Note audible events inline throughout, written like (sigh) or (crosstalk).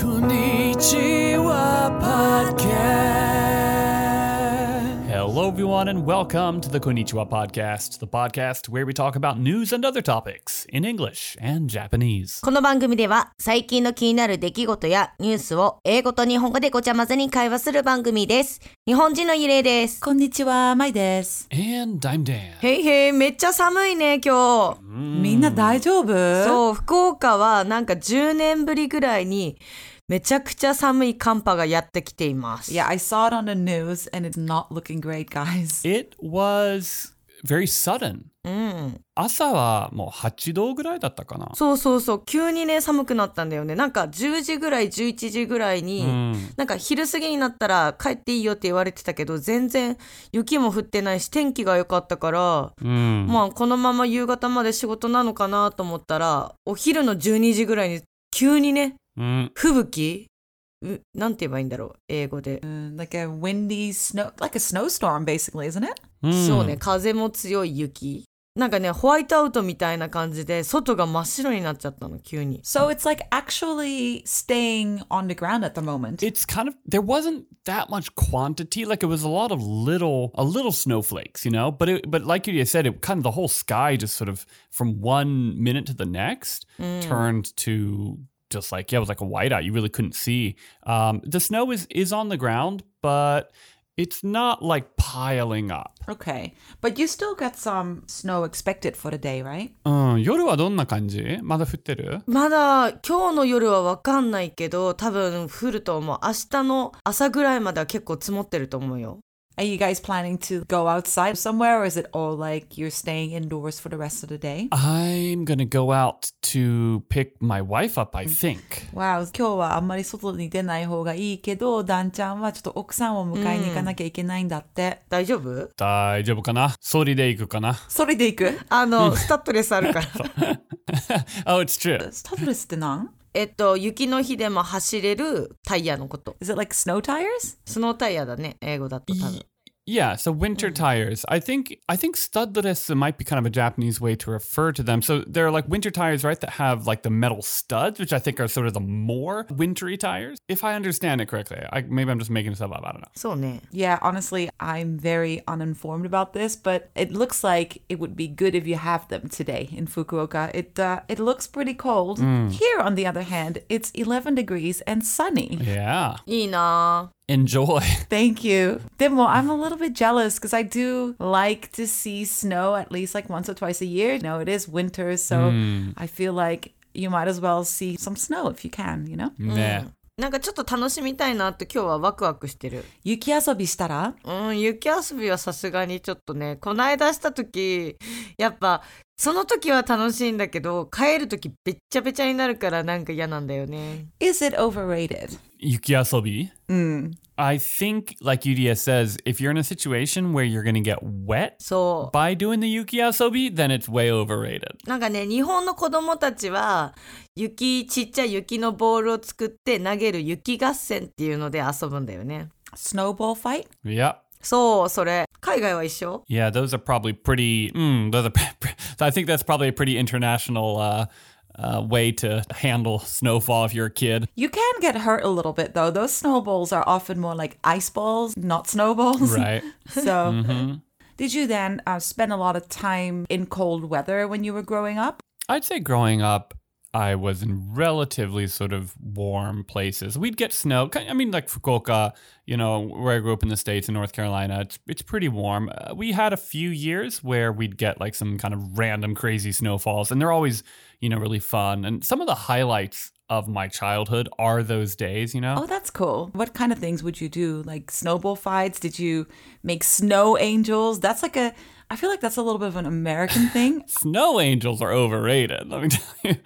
こんにちは、podcast. Hello, everyone, and welcome to the Konnichiwa Podcast, the podcast where we talk about news and other topics in English and Japanese. この番組では最近の気になる出来事やニュースを英語と日本語でごちゃ混ぜに会話する番組です。日本人のゆれいです。こんにちは、まいです。 And I'm Dan. へいへい、めっちゃ寒いね、今日。みんな大丈夫う。そう、福岡はなんか10年ぶりぐらいにめちゃくちゃ寒い寒波がやってきています。 Yeah, I saw it on the news and it's not looking great, guys. It was very sudden. うん。朝はもう8度ぐらいだったかな。そうそうそう、急にね、寒くなったんだよね。なんか10時ぐらい、11時ぐらいに、うんなんか昼過ぎになったら帰っていいよって言われてたけど、全然雪も降ってないし、天気が良かったから、うんまあこのまま夕方まで仕事なのかなと思ったらお昼の12時ぐらいに急にねうん吹雪うなんて言えばいいんだろう英語で、 Mm, (laughs) Like a windy snow, like a snowstorm, basically, isn't it? うんそうね風も強い雪なんかねホワイトアウトみたいな感じで外が真っ白になっちゃったの急に So it's like actually staying on the ground at the moment. It's kind of there wasn't that much quantity. Like it was a lot of little, a little snowflakes, you know. But it, but like you said, it kind of the whole sky just sort of from one minute to the next turned to just like yeah, it was like a whiteout. You really couldn't see. Um, the snow is is on the ground, but it's not like piling up. okay. But you still got some snow expected for the day, right? うん、夜はどんな感じ？まだ降ってる？まだ今日の夜は分かんないけど多分降ると思う明日の朝ぐらいまでは結構積もってると思うよ Are you guys planning to go outside somewhere or is it all like you're staying indoors for the rest of the day? I'm gonna go out to pick my wife up. I think. わあ、今日はあんまり外に出ない方がいいけど、ダンちゃんはちょっと奥さんを迎えに行かなきゃいけないんだって。大丈夫大丈夫かな？ソリで行くかな？それで行くあのスタッドレスあるから (laughs) oh, it's true. スタブルスってなんえっと雪の日でも走れるタイヤのこと Is it like snow tires? スノータイヤだね、英語だと多分 Y-。Yeah, so winter tires. I think I think studless might be kind of a Japanese way to refer to them. So they're like winter tires, right? That have like the metal studs, which I think are sort of the more wintry tires. If I understand it correctly, I, maybe I'm just making stuff up. I don't know. そうね。 Yeah, honestly, I'm very uninformed about this, but it looks like it would be good if you have them today in Fukuoka. It uh, it looks pretty cold. Here, on the other hand, it's 11 degrees and sunny. Yeah, いいな enjoy. (laughs) Thank you. Demo, I'm a little bit jealous because I do like to see snow at least like once or twice a year. You know, it is winter, so I feel like you might as well see some snow if you can, you know? yeah. ぁ。なんかちょっと楽しみたいなって今日はワクワクしてる。 Yukiasobi うん、雪遊びはさすがにちょっとね、こないだした時、やっぱ、その時は楽しいんだけど、帰る時べっちゃべちゃになるからなんか嫌なんだよね。 Is it overrated? Hmm. Yukiasobi. I think, like UDS says, if you're in a situation where you're going to get wet そ by doing the yukiasobi, then it's way overrated. う。なんかね、日本の子供たちは、雪、ちっちゃい雪のボールを作って投げる雪合戦っていうので遊ぶんだよね。 Snowball fight? Yep. そう、それ。海外は一緒 Yeah, those are probably pretty. Mm, those are, (laughs) I think that's probably a pretty international uh, uh, way to handle snowfall if you're a kid. You can get hurt a little bit though. Those snowballs are often more like ice balls, not snowballs. Right. (laughs) so, did you then uh, spend a lot of time in cold weather when you were growing up? I'd say growing up, I was in relatively sort of warm places. We'd get snow. Ki- I mean, like Fukuoka, you know, where I grew up in the States in North Carolina, it's, it's pretty warm. Uh, we had a few years where we'd get like some kind of random crazy snowfalls, and they're always, you know, really fun. And some of the highlights of my childhood are those days, you know? Oh, that's cool. What kind of things would you do? Like snowball fights? Did you make snow angels? That's like a, I feel like that's a little bit of an American thing. Snow angels are overrated. Let me (laughs) tell you.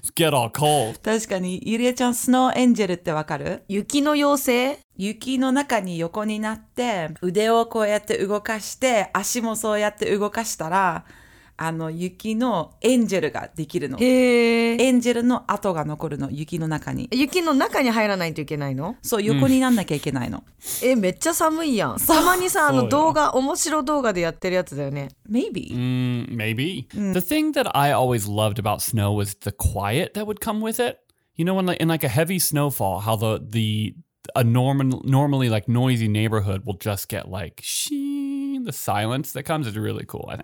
It's get all cold. 確かに、ゆりえちゃん、スノーエンジェルってわかる雪の妖精雪の中に横になって、腕をこうやって動かして、足もそうやって動かしたら、あの、雪のエンジェルができるの。へえエンジェルの跡が残るの、雪の中に。雪の中に入らないといけないのそう、横になんなきゃいけないの。えめっちゃ寒いやんたまにさあそうのよ動画面白動画でやってるやつだよね Maybe. Mm, maybe. The thing that I always loved about snow was the quiet that would come with it. you know, in like in like a heavy snowfall, how the the a normal normally like noisy neighborhood will just get like sheen. The silence that comes is really cool. I think.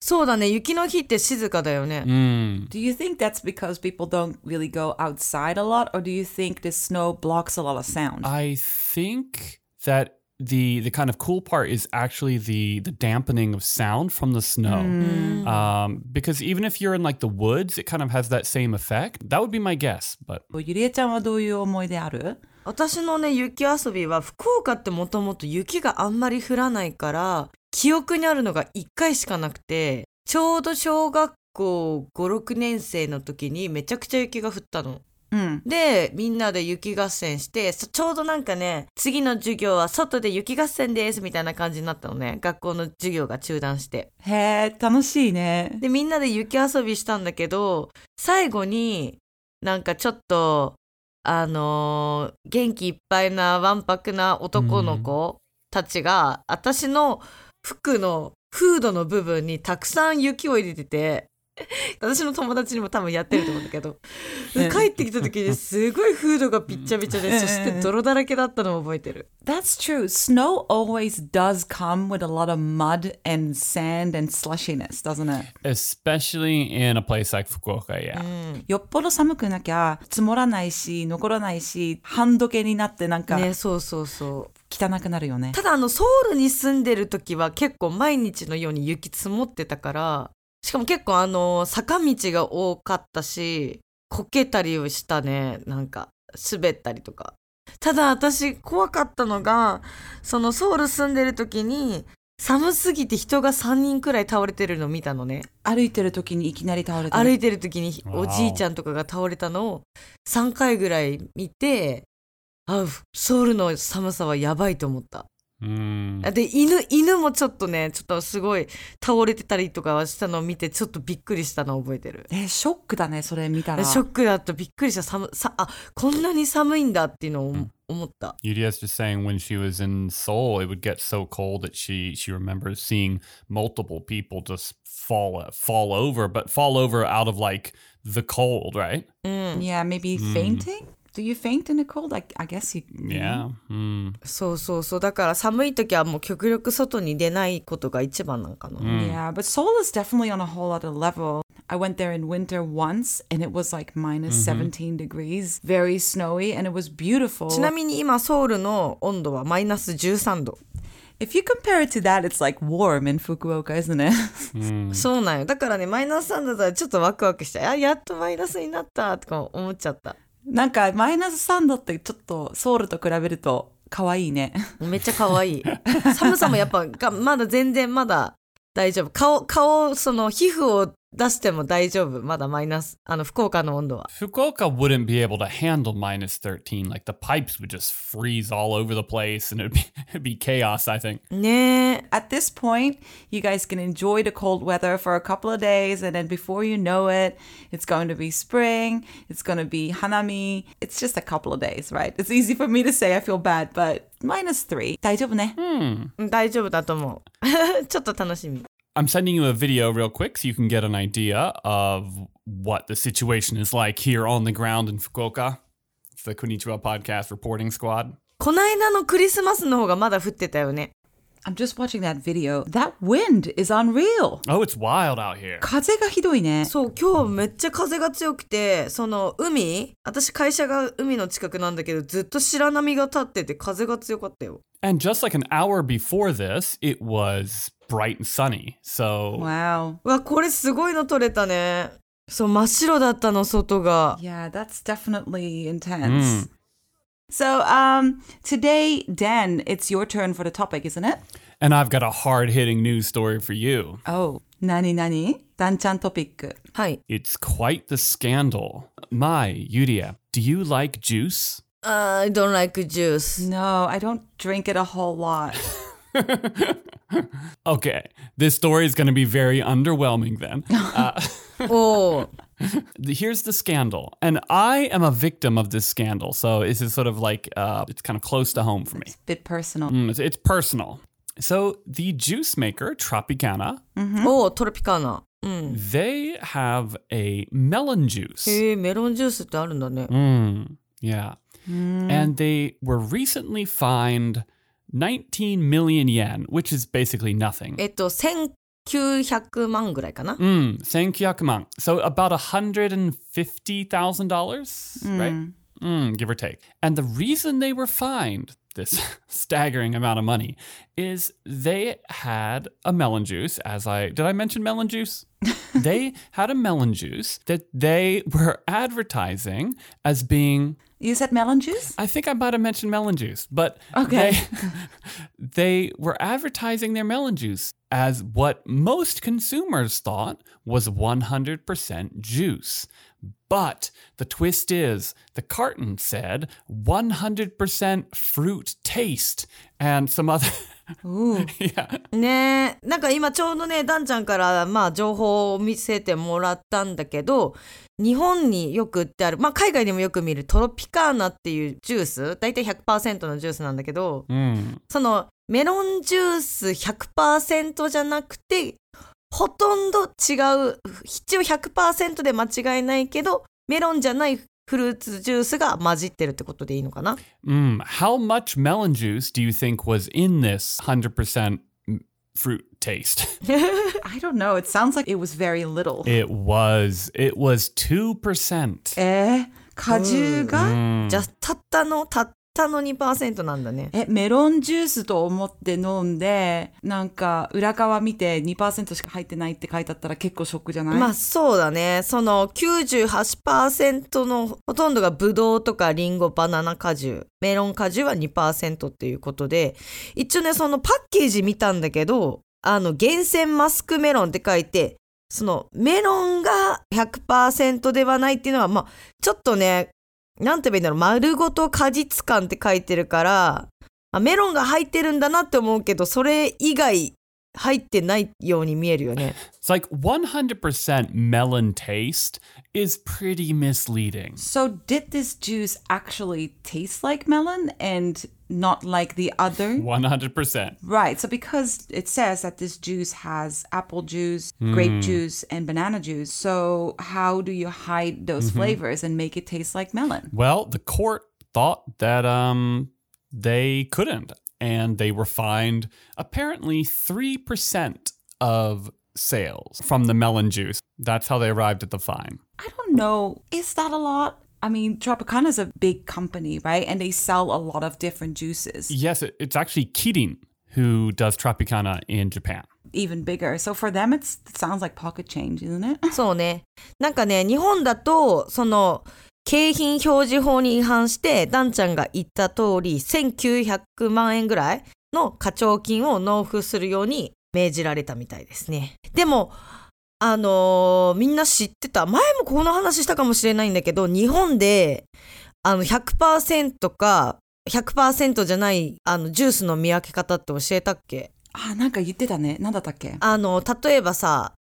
そうだね雪の日って静かだよね、 Mm. Do you think that's because people don't really go outside a lot, or do you think the snow blocks a lot of sound? I think that the the kind of cool part is actually the the dampening of sound from the snow. Um, because even if you're in like the woods, it kind of has that same effect. That would be my guess, but ゆりえちゃんはどういう思い出ある私のね雪遊びは福岡ってもともと雪があんまり降らないから記憶にあるのが1回しかなくてちょうど小学校56年生の時にめちゃくちゃ雪が降ったの。うん。でみんなで雪合戦してそちょうどなんかね次の授業は外で雪合戦ですみたいな感じになったのね学校の授業が中断して。へえ、楽しいね。でみんなで雪遊びしたんだけど最後になんかちょっとあのー元気いっぱいなわんぱくな男の子たちが、私の服のフードの部分にたくさん雪を入れてて。私の友達にも多分やってると思うんだけどうん帰ってきた時にすごいフードがびっちゃびちゃうでんそして泥だらけだったのを覚えてる That's true. Snow always does come with a lot of mud and sand and slushiness, doesn't it? especially in a place like Fukuoka, yeah. よっぽど寒くなきゃ積もらないし、残らないし、半時計になってなんかねそうそうそう汚くなるよね。ただあのソウルに住んでる時は結構毎日のように雪積もってたからしかも結構あの坂道が多かったしこけたりをしたねなんか滑ったりとかただ私怖かったのがそのソウル住んでる時に寒すぎて人が3人くらい倒れてるのを見たのね歩いてる時にいきなり倒れた (laughs) 歩り。いてる時にわおおじいちゃんとかが倒れたのを3回ぐらい見てあソウルの寒さはやばいと思った。 Mm. あで犬犬もちょっとねちょっとすごい倒れてたりとかはしたのを見てちょっとびっくりしたのを覚えてるえーショックだね、それ見たら。ショックだったびっくりした寒さあこんなに寒いんだっていうのを思った、 Yudia's just saying when she was in Seoul, it would get so cold that she she remembers seeing multiple people just fall fall over, but fall over out of like the cold, right? Yeah, maybe fainting? Do you faint in the cold? I, I guess you. Yeah. Mm. そうそうそうだから寒い時はもう極力外に出ないことが一番なんかな、 Yeah, but Seoul is definitely on a whole other level. I went there in winter once and it was like minus 17 degrees, very snowy, and it was beautiful. ちなみに今ソウルの温度はマイナス13度 If you compare it to that, it's like warm in Fukuoka, isn't (laughs) it? そうなんよだからねマイナス3度だったらちょっとワクワクしてあやっとマイナスになったとか思っちゃったなんかマイナス3度ってちょっとソウルと比べると可愛いね。めっちゃ可 (laughs) 愛い寒さもやっぱがまだ全然まだ大丈夫顔顔その皮膚を出しても大丈夫まだマイナスあの福岡の温度は Fukuoka wouldn't be able to handle minus 13. Like the pipes would just freeze all over the place and it'd be, (laughs) it'd be chaos, I think. ねえ At this point, you guys can enjoy the cold weather for a couple of days, and then before you know it, it's going to be spring, it's going to be hanami. It's just a couple of days, right? It's easy for me to say, I feel bad, but minus three. 大丈夫ね。うん大丈夫だと思う (laughs) ちょっと楽しみ I'm sending you a video real quick so you can get an idea of what the situation is like here on the ground in Fukuoka. It's the Konnichiwa Podcast Reporting Squad. こないだのクリスマスの方がまだ降ってたよね I'm just watching that video. That wind is unreal. Oh, it's wild out here. 風がひどいね。そう今日めっちゃ風が強くてその海私会社が海の近くなんだけどずっと白波が立ってて風が強かったよ And just like an hour before this, it was bright and sunny. So Wow. うわこれすごいの撮れたねそう真っ白だったの外が Yeah, that's definitely intense. So, um, today, Dan, it's your turn for the topic, isn't it? and I've got a hard hitting news story for you. Oh, 何何ダンちゃんトピック。はい。 It's quite the scandal. My Yudia, do you like juice? I don't like (laughs) juice. No, I don't drink it a whole lot. Okay, this story is going to be very underwhelming then. Uh, おー the- here's the scandal, and I am a victim of this scandal, so this is sort of like uh, it's kind of close to home for me. Bit personal. Mm, it's, it's personal. So the juice maker Tropicana おートロピカーナ。うん。 They have a melon juice. へえ、メロンジュースってあるんだね。 Mm, yeah. And they were recently fined 19 million yen, which is basically nothing. えっと、1900万ぐらいかな。 Mm, 1900万. So about $150,000, right? Mm, give or take. And the reason they were fined this (laughs) staggering amount of money is they had a melon juice as I did I mention melon juice? they had a melon juice that they were advertising as being You said melon juice? I think I might have mentioned melon juice, but Okay. (laughs) they, they were advertising their melon juice as what most consumers thought was 100% juice. But the twist is the carton said 100% fruit taste and some other. (laughs) Ooh. yeah. ねえなんか今ちょうどねダンちゃんからまあ情報を見せてもらったんだけど日本によく売ってあるまあ海外でもよく見るトロピカーナっていうジュース大体100%のジュースなんだけど Mm. そのメロンジュース100%じゃなくてほとんど違う一応100%で間違いないけどメロンじゃないフルーツジュースが混じってるってことでいいのかな Mm. How much melon juice do you think was in this 100% fruit taste? (laughs) I don't know. It sounds like it was very little. It was. It was 2%. えー、果汁が、 Mm. じゃあたったのたったの2%なんだねえ、メロンジュースと思って飲んで、なんか裏側見て2%しか入ってないって書いてあったら結構ショックじゃない、まあそうだねその98%のほとんどがブドウとかリンゴバナナ果汁メロン果汁は2%っていうことで一応ねそのパッケージ見たんだけどあの厳選マスクメロンって書いてそのメロンが100%ではないっていうのはまあちょっとねなんて言えばいいんだろう丸ごと果実感って書いてるからあメロンが入ってるんだなって思うけどそれ以外入ってないように見えるよね。 It's like 100% melon taste is pretty misleading. So did this juice actually taste like melon and not like the other? 100%. Right. So because it says that this juice has apple juice, grape juice, and banana juice, so how do you hide those flavors and make it taste like melon? Well, the court thought that um they couldn't and they were fined apparently 3% of sales from the melon juice. That's how they arrived at the fine. I don't know. Is that a lot? I mean, Tropicana is a big company, right? And they sell a lot of different juices, Yes, it- it's actually Keating who does Tropicana in Japan. even bigger. So for them, it's, it sounds like pocket change, isn't it? (laughs) そうね。なんかね、日本だと、その、景品表示法に違反して、ダンちゃんが言った通り、1900万円ぐらいの課徴金を納付するように命じられたみたいですね。でも、あのーみんな知ってた。前もこの話したかもしれないんだけど、日本で、あの、100%か、100%じゃない、あの、ジュースの見分け方って教えたっけあなんか言ってたね。なんだったっけあの例えばさ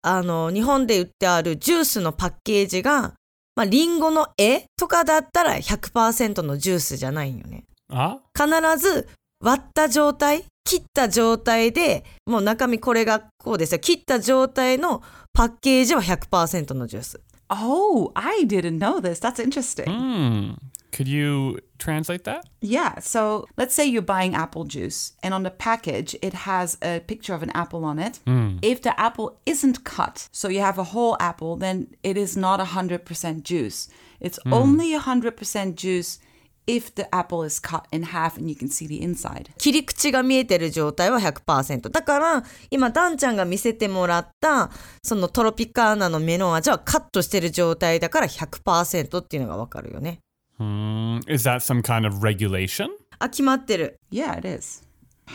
あの日本で売ってあるジュースのパッケージが、まあ、リンゴの絵とかだったら100%のジュースじゃないんよね。 Ah? 必ず割った状態切った状態でもう中身これがこうですよ切った状態のパッケージは100%のジュース。 Oh, I didn't know this. That's interesting. Hmm. Could you translate that? Yeah, so let's say you're buying apple juice, and on the package, it has a picture of an apple on it. If the apple isn't cut, so you have a whole apple, then it is not 100% juice. It's only 100% juice if the apple is cut in half and you can see the inside. 切り口が見えてる状態は100%だから今ダンちゃんが見せてもらったそのトロピカーナのメロン味はカットしてる状態だから100%っていうのがわかるよね Hmm. Is that some kind of regulation? あ決まってる Yeah, it is.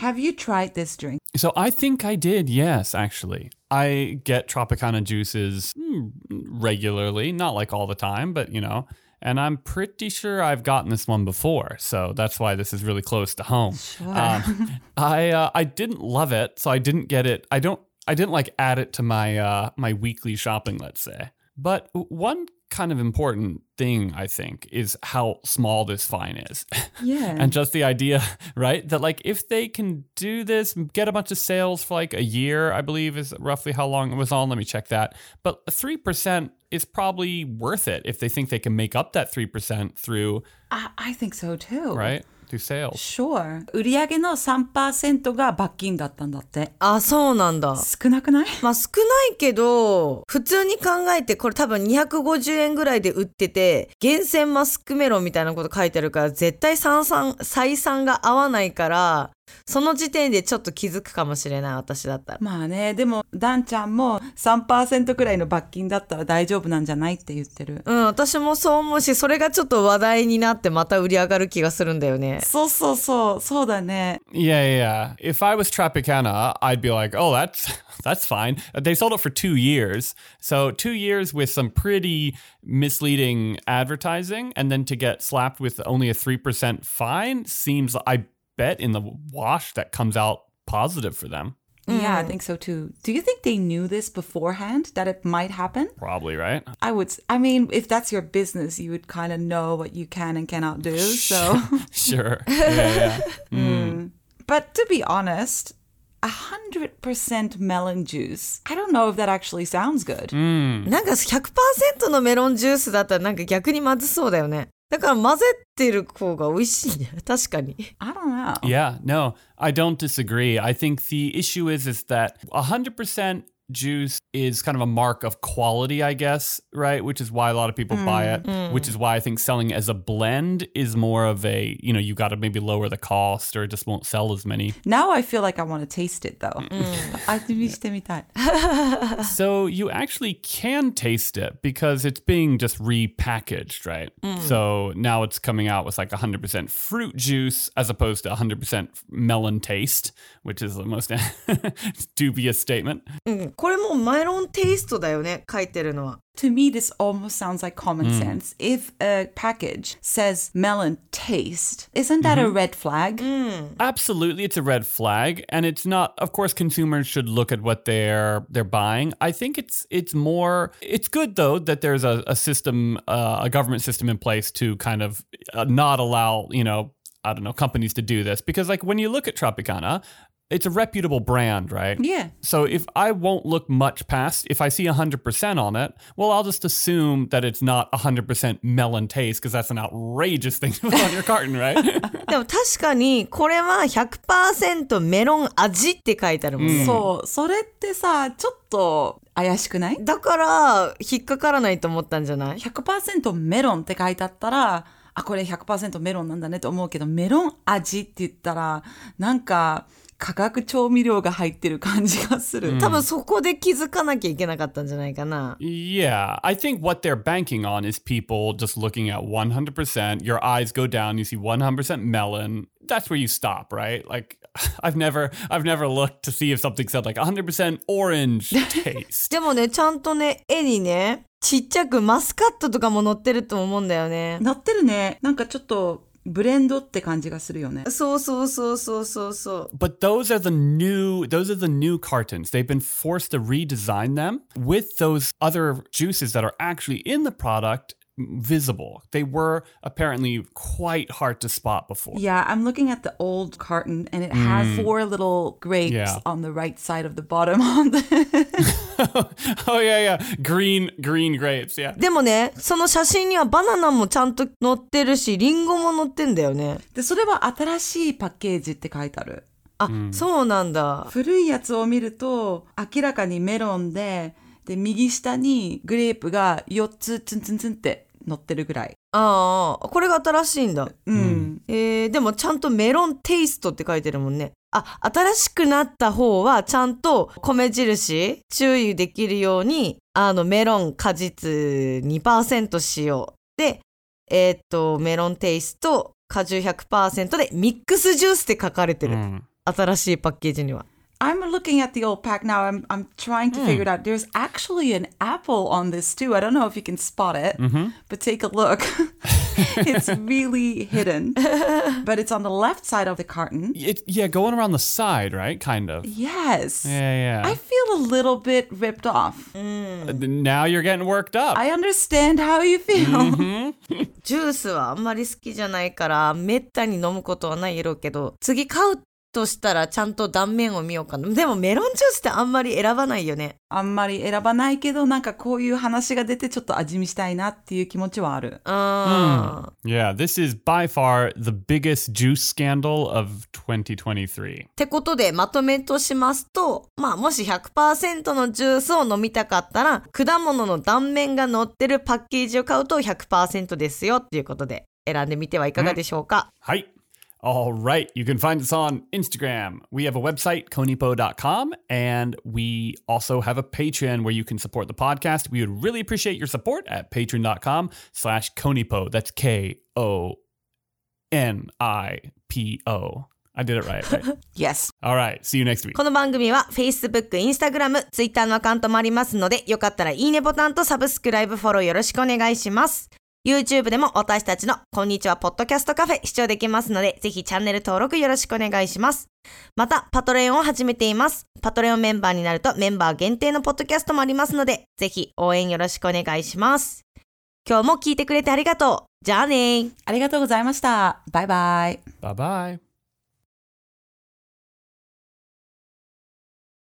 Have you tried this drink? So I think I did, yes, actually. I get Tropicana juices mm, regularly, not like all the time, but you know, and I'm pretty sure I've gotten this one before. So that's why this is really close to home. Um, I uh, I didn't love it, so I didn't get it. I don't I didn't like add it to my uh, my weekly shopping, let's say. But one kind of important thing, I think, is how small this fine is. (laughs) Yeah. and just the idea, (laughs) right? That like if they can do this, get a bunch of sales for like a year, I believe is roughly how long it was on. Let me check that. But 3% is probably worth it if they think they can make up that 3% through, I, I think so too. right? Through sales. Sure. 売り上げの3%が罰金だったんだって。あ、そうなんだ。少なくないまあ少ないけど、普通に考えてこれ多分250円ぐらいで売ってて、厳選マスクメロンみたいなこと書いてあるから、絶対三三採算が合わないから、その時点でちょっと気づくかもしれない、私だったら。まあね、でも、ダンちゃんも3%くらいの罰金だったら大丈夫なんじゃないって言ってる。うん、私もそう思うし、それがちょっと話題になってまた売り上がる気がするんだよね。そうそうそう、そうだね。 Yeah, yeah, yeah. If I was Tropicana, I'd be like, oh, that's (laughs) that's fine. They sold it for two years, so two years with some pretty misleading advertising, and then to get slapped with only a three percent fine seems, I bet, in the wash that comes out positive for them. Yeah, I think so too. Do you think they knew this beforehand that it might happen? Probably right. I would, s- I mean, if that's your business, you would kind of know what you can and cannot do. (laughs) So, Sure. Yeah, yeah. (laughs) but to be honest, 100% melon juice. I don't know if that actually sounds good. なんか100%のメロンジュースだったらなんか逆にまずそうだよね。だから混ぜてる方が美味しいね。確かに。 I don't know. Yeah, no, I don't disagree. I think the issue is is that 100% juice is kind of a mark of quality, I guess, right? Which is why a lot of people buy it, which is why I think selling as a blend is more of a, you know, you got to maybe lower the cost or it just won't sell as many. Now I feel like I want to taste it though. (laughs) 味してみたい。 so you actually can taste it because it's being just repackaged, right? So now it's coming out with like 100% fruit juice as opposed to 100% melon taste, which is the most (laughs) dubious statement. うん、これもうマロンテイストだよね、書いてるのは。 To me, this almost sounds like common sense. If a package says melon taste, isn't that a red flag? Absolutely, it's a red flag, and it's not. Of course, consumers should look at what they're they're buying. I think it's it's more. It's good though that there's a, a system, uh, a government system in place to kind of uh, not allow you know I don't know companies to do this because like when you look at Tropicana, it's a reputable brand, right? Yeah. So if I won't look much past, if I see 100% on it, well, I'll just assume that it's not 100% melon taste because that's an outrageous thing to put on your carton, right? (laughs) でも確かにこれは100%メロン味って書いてあるもんね。そう、それってさ、ちょっと怪しくないだから引っかからないと思ったんじゃない ?100% メロンって書いてあったら、あ、これ100%メロンなんだねと思うけど、メロン味って言ったら、なんか化学調味料が入ってる感じがする。多分そこで気づかなきゃいけなかったんじゃないかな。 Yeah, I think what they're banking on is people just looking at 100%. Your eyes go down, you see 100% melon. That's where you stop, right? Like (laughs) I've never I've never looked to see if something said like 100% orange taste. でもね、ちゃんとね、絵にね、ちっちゃくマスカットとかも載ってると思うんだよね。なってるね。なんかちょっとブレンドって感じがするよね。そうそうそうそうそうそう。 but those are the new those are the new cartons. They've been forced to redesign them with those other juices that are actually in the product visible. They were apparently quite hard to spot before. Yeah, I'm looking at the old carton and it has four little grapes Yeah. on the right side of the bottom. (laughs) On the (laughs) (laughs) oh yeah, yeah. Green green grapes, yeah. でもね、その写真にはバナナもちゃんと載ってるし、リンゴも載ってんだよね。で、それは新しいパッケージって書いてある。あ、そうなんだ。古いやつを見ると、明らかにメロンで、で、右下にグレープが4つツンツンツンって乗ってるぐらい。ああ、これが新しいんだ。うん。えー、でもちゃんとメロンテイストって書いてるもんね。あ、新しくなった方はちゃんと米印注意できるように、あのメロン果実2%使用で、えーっと、メロンテイスト果汁100%でミックスジュースって書かれてる。新しいパッケージには。 I'm looking at the old pack now. I'm I'm trying to figure it out. There's actually an apple on this too. I don't know if you can spot it, but take a look. (laughs) it's really hidden, but it's on the left side of the carton. It, yeah, going around the side, right? Kind of. Yeah, Yes. yeah. I feel a little bit ripped off. Uh, Now you're getting worked up. I understand how you feel. ジュースはあんまり好きじゃないからめったに飲むことはないやろうけど次買うとしたらちゃんと断面を見ようかなでもメロンジュースってあんまり選ばないよね (laughs) あんまり選ばないけど、なんかこういう話が出てちょっと味見したいなっていう気持ちはある。うん、っ Mm. yeah, this is by far the biggest juice scandal of 2023. てことでまとめとしますとまあもし100%のジュースを飲みたかったら果物の断面が載ってるパッケージを買うと100%ですよっていうことで選んでみてはいかがでしょうか、 Hi. All right. You can find us on Instagram. We have a website, conipo.com, and we also have a Patreon where you can support the podcast. We would really appreciate your support at patreon.com slash conipo. That's K O N I P O. I did it right, right? Yes. All right. See you next week. この番組は Facebook、Instagram、Twitter のアカウントもありますので、よかったらいいねボタンとサブスクライブフォローよろしくお願いします。YouTube でも私たちのこんにちはポッドキャストカフェ視聴できますので、ぜひチャンネル登録よろしくお願いします。また、パトレオンを始めています。パトレオンメンバーになるとメンバー限定のポッドキャストもありますので、ぜひ応援よろしくお願いします。今日も聞いてくれてありがとう。じゃあねー。ありがとうございました。バイバイ。 Bye bye.